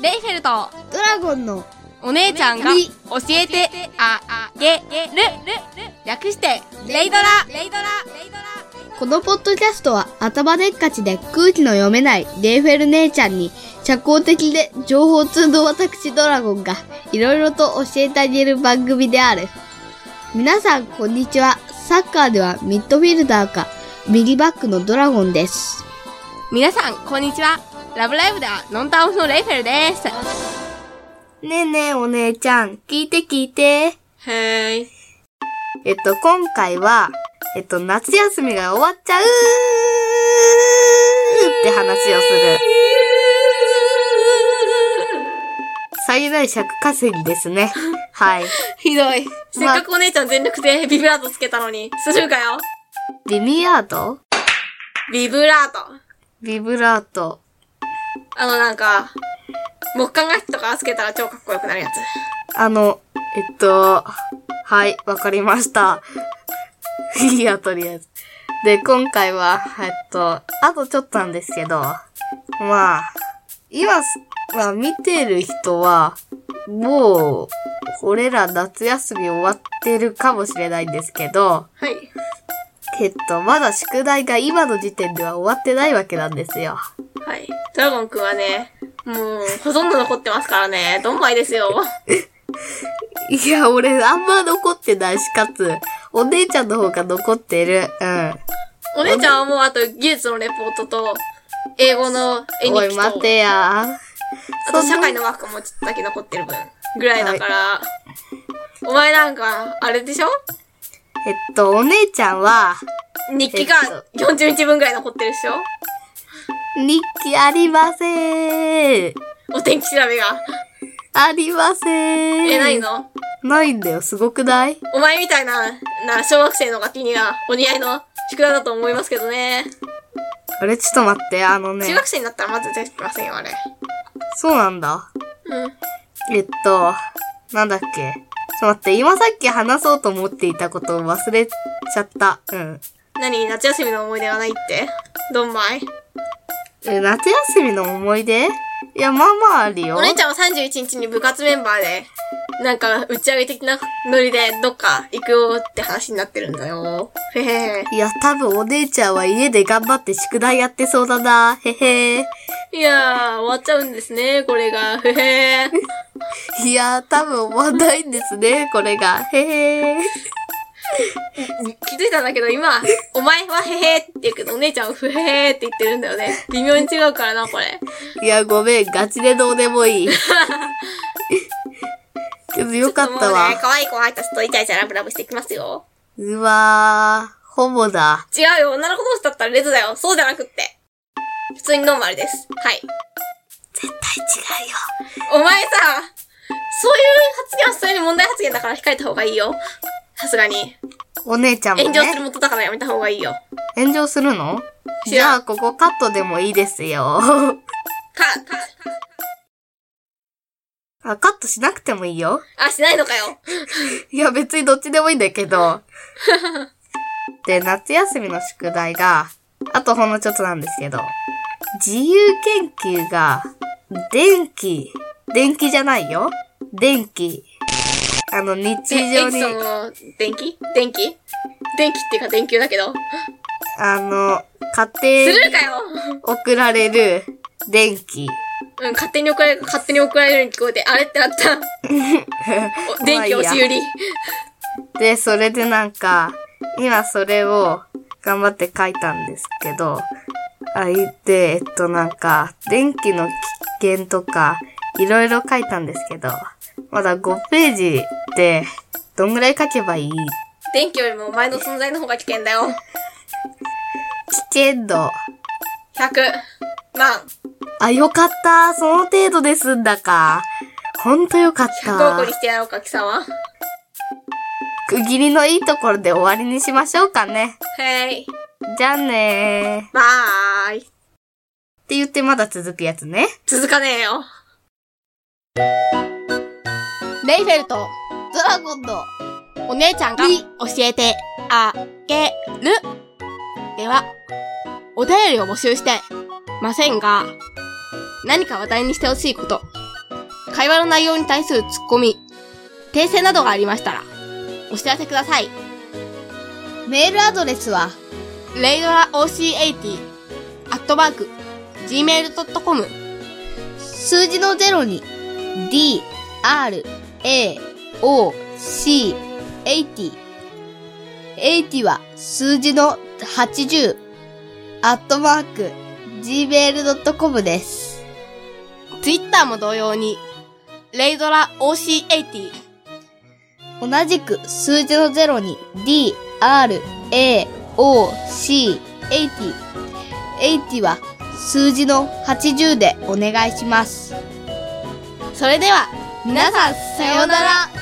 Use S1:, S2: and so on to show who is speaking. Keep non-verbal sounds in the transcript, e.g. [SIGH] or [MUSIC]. S1: レイフェルト
S2: ドラゴンの
S1: お姉ちゃんが
S2: み
S1: 教えてあげる略してレイドラ
S2: このポッドキャストは頭でっかちで空気の読めないレイフェル姉ちゃんに社交的で情報通の私ドラゴンがいろいろと教えてあげる番組である。皆さんこんにちは。サッカーではミッドフィルダーか右バックのドラゴンです。
S1: 皆さんこんにちはラブライブではノンタンオフのレイフェルです
S2: ねえねえお姉ちゃん、聞いて聞いて。
S1: はい
S2: えっと、今回は、えっと、夏休みが終わっちゃうって話をする。最大尺稼ぎですね。はい。
S1: [LAUGHS] ひどいせっかくお姉ちゃん全力でビブラートつけたのにするかよ
S2: ビミアート
S1: ビブラート
S2: ビブラート。
S1: あのなんか木管楽器とかつけたら超かっこよくなるやつ
S2: あの、えっと、はい、わかりました。 [LAUGHS] いいや、とりあえず。で、今回は、えっと、あとちょっとなんですけど、まあ、今、まあ、見てる人は、もう、俺ら夏休み終わってるかもしれないんですけど、
S1: はい
S2: えっと、まだ宿題が今の時点では終わってないわけなんですよ。
S1: はいドラゴンくんはねもうほとんど残ってますからねどんまいですよ
S2: いや、俺、あんま残ってないし、かつ、お姉ちゃんの方が残ってる。うん。
S1: お姉ちゃんはもうあと技術のレポートと、英語の絵
S2: お
S1: 日記
S2: い、待
S1: と、
S2: てや。
S1: あと社会の枠もちょっとだけ残ってる分、ぐらいだから、お前なんか、あれでしょ
S2: えっと、お姉ちゃんは、
S1: 日記が40日分ぐらい残ってるでしょ
S2: 日記ありません。
S1: お天気調べが。
S2: ありません。
S1: え、ないの
S2: ないんだよ、すごくない
S1: お前みたいな、な、小学生のガキには、お似合いの宿題だと思いますけどね。
S2: あれ、ちょっと待って、あのね
S1: 中。学生になったらまず出てきませんよ、あれ。
S2: そうなんだ。
S1: うん。
S2: えっと、なんだっけ。ちょっと待って、今さっき話そうと思っていたことを忘れちゃった。うん。
S1: 何夏休みの思い出はないってどんまい
S2: え、夏休みの思い出いや、まあまああるよ。
S1: お姉ちゃんは31日に部活メンバーで、なんか打ち上げ的なノリでどっか行くよって話になってるんだよ。へへ
S2: いや、多分お姉ちゃんは家で頑張って宿題やってそうだな。へへー。
S1: いやー、終わっちゃうんですね、これが。へへ
S2: いやー、多分終わんないんですね、これが。へへー。
S1: 気づいたんだけど、今、お前はへへって言うけど、お姉ちゃんはふへへって言ってるんだよね。微妙に違うからな、これ。
S2: いや、ごめん、ガチでどうでもいい。けどよかったわ。
S1: ちょともうね、可愛い子入ったちょっとイチャイチャラブラブしていきますよ。
S2: うわー、ホモだ。
S1: 違うよ、女の子同士だったらレズだよ。そうじゃなくって。普通にノーマルです。はい。
S2: 絶対違うよ。
S1: お前さ、そういう発言はそういう問題発言だから控えた方がいいよ。さすがに。
S2: お姉ちゃんも
S1: 炎
S2: ね
S1: 上する。元だからやめた方がいいよ。
S2: 炎上するの
S1: 知
S2: じゃ
S1: らん
S2: あ、ここカットでもいいですよ。
S1: か、か、
S2: あ、カットしなくてもいいよ。
S1: あ、しないのかよ。
S2: いや、別にどっちでもいいんだけど。で、夏休みの宿題が、あとほんのちょっとなんですけど、自由研究が、電気、電気じゃないよ。電気。あの、日
S1: え
S2: 常
S1: エジ
S2: に、
S1: ソンの電気電気電気っていうか電球だけど。
S2: あの、
S1: す
S2: 家庭
S1: る
S2: に
S1: かよ。
S2: 送られる電気。
S1: うん、勝手に送られる、勝手に送られるように聞こえて、あれってな
S2: [LAUGHS]
S1: った。お電気押し売り。
S2: で、それでなんか、今それを頑張って書いたんですけど、あいて、えっとなんか、電気の危険とか、いろいろ書いたんですけど、まだ5ページで、どんぐらい書けばいい
S1: 電気よりもお前の存在の方が危険だよ。
S2: 危険度。
S1: 100万。
S2: あ、よかった。その程度で済んだか。ほんとよかっ
S1: 100億
S2: た
S1: に。してやろうか、貴様。
S2: 区切りのいいところで終わりにしましょうかね。
S1: へい。
S2: じゃあねー。っ
S1: バーイ。
S2: て言ってまだ続くやつね。
S1: 続かねえよ。
S3: レイフェルト、
S2: ドラゴンの
S3: お姉ちゃんが
S2: に
S3: 教えてあげる。では、お便りを募集してませんが、何か話題にしてほしいこと、
S1: 会話の内容に対するツッコミ、訂正などがありましたら、お知らせください。
S2: メールアドレスは、
S1: レイドラ OC80、アットマーク、gmail.com、
S2: 数字の0に、d, r, a, o, c, 80。80は数字の80、アットマーク、gmail.com です。
S1: Twitter も同様に、レイドラ OC80、
S2: 同じく数字の0に D, R, A, O, C, 80。80は数字の80でお願いします。
S1: それでは、
S2: 皆さん、さようなら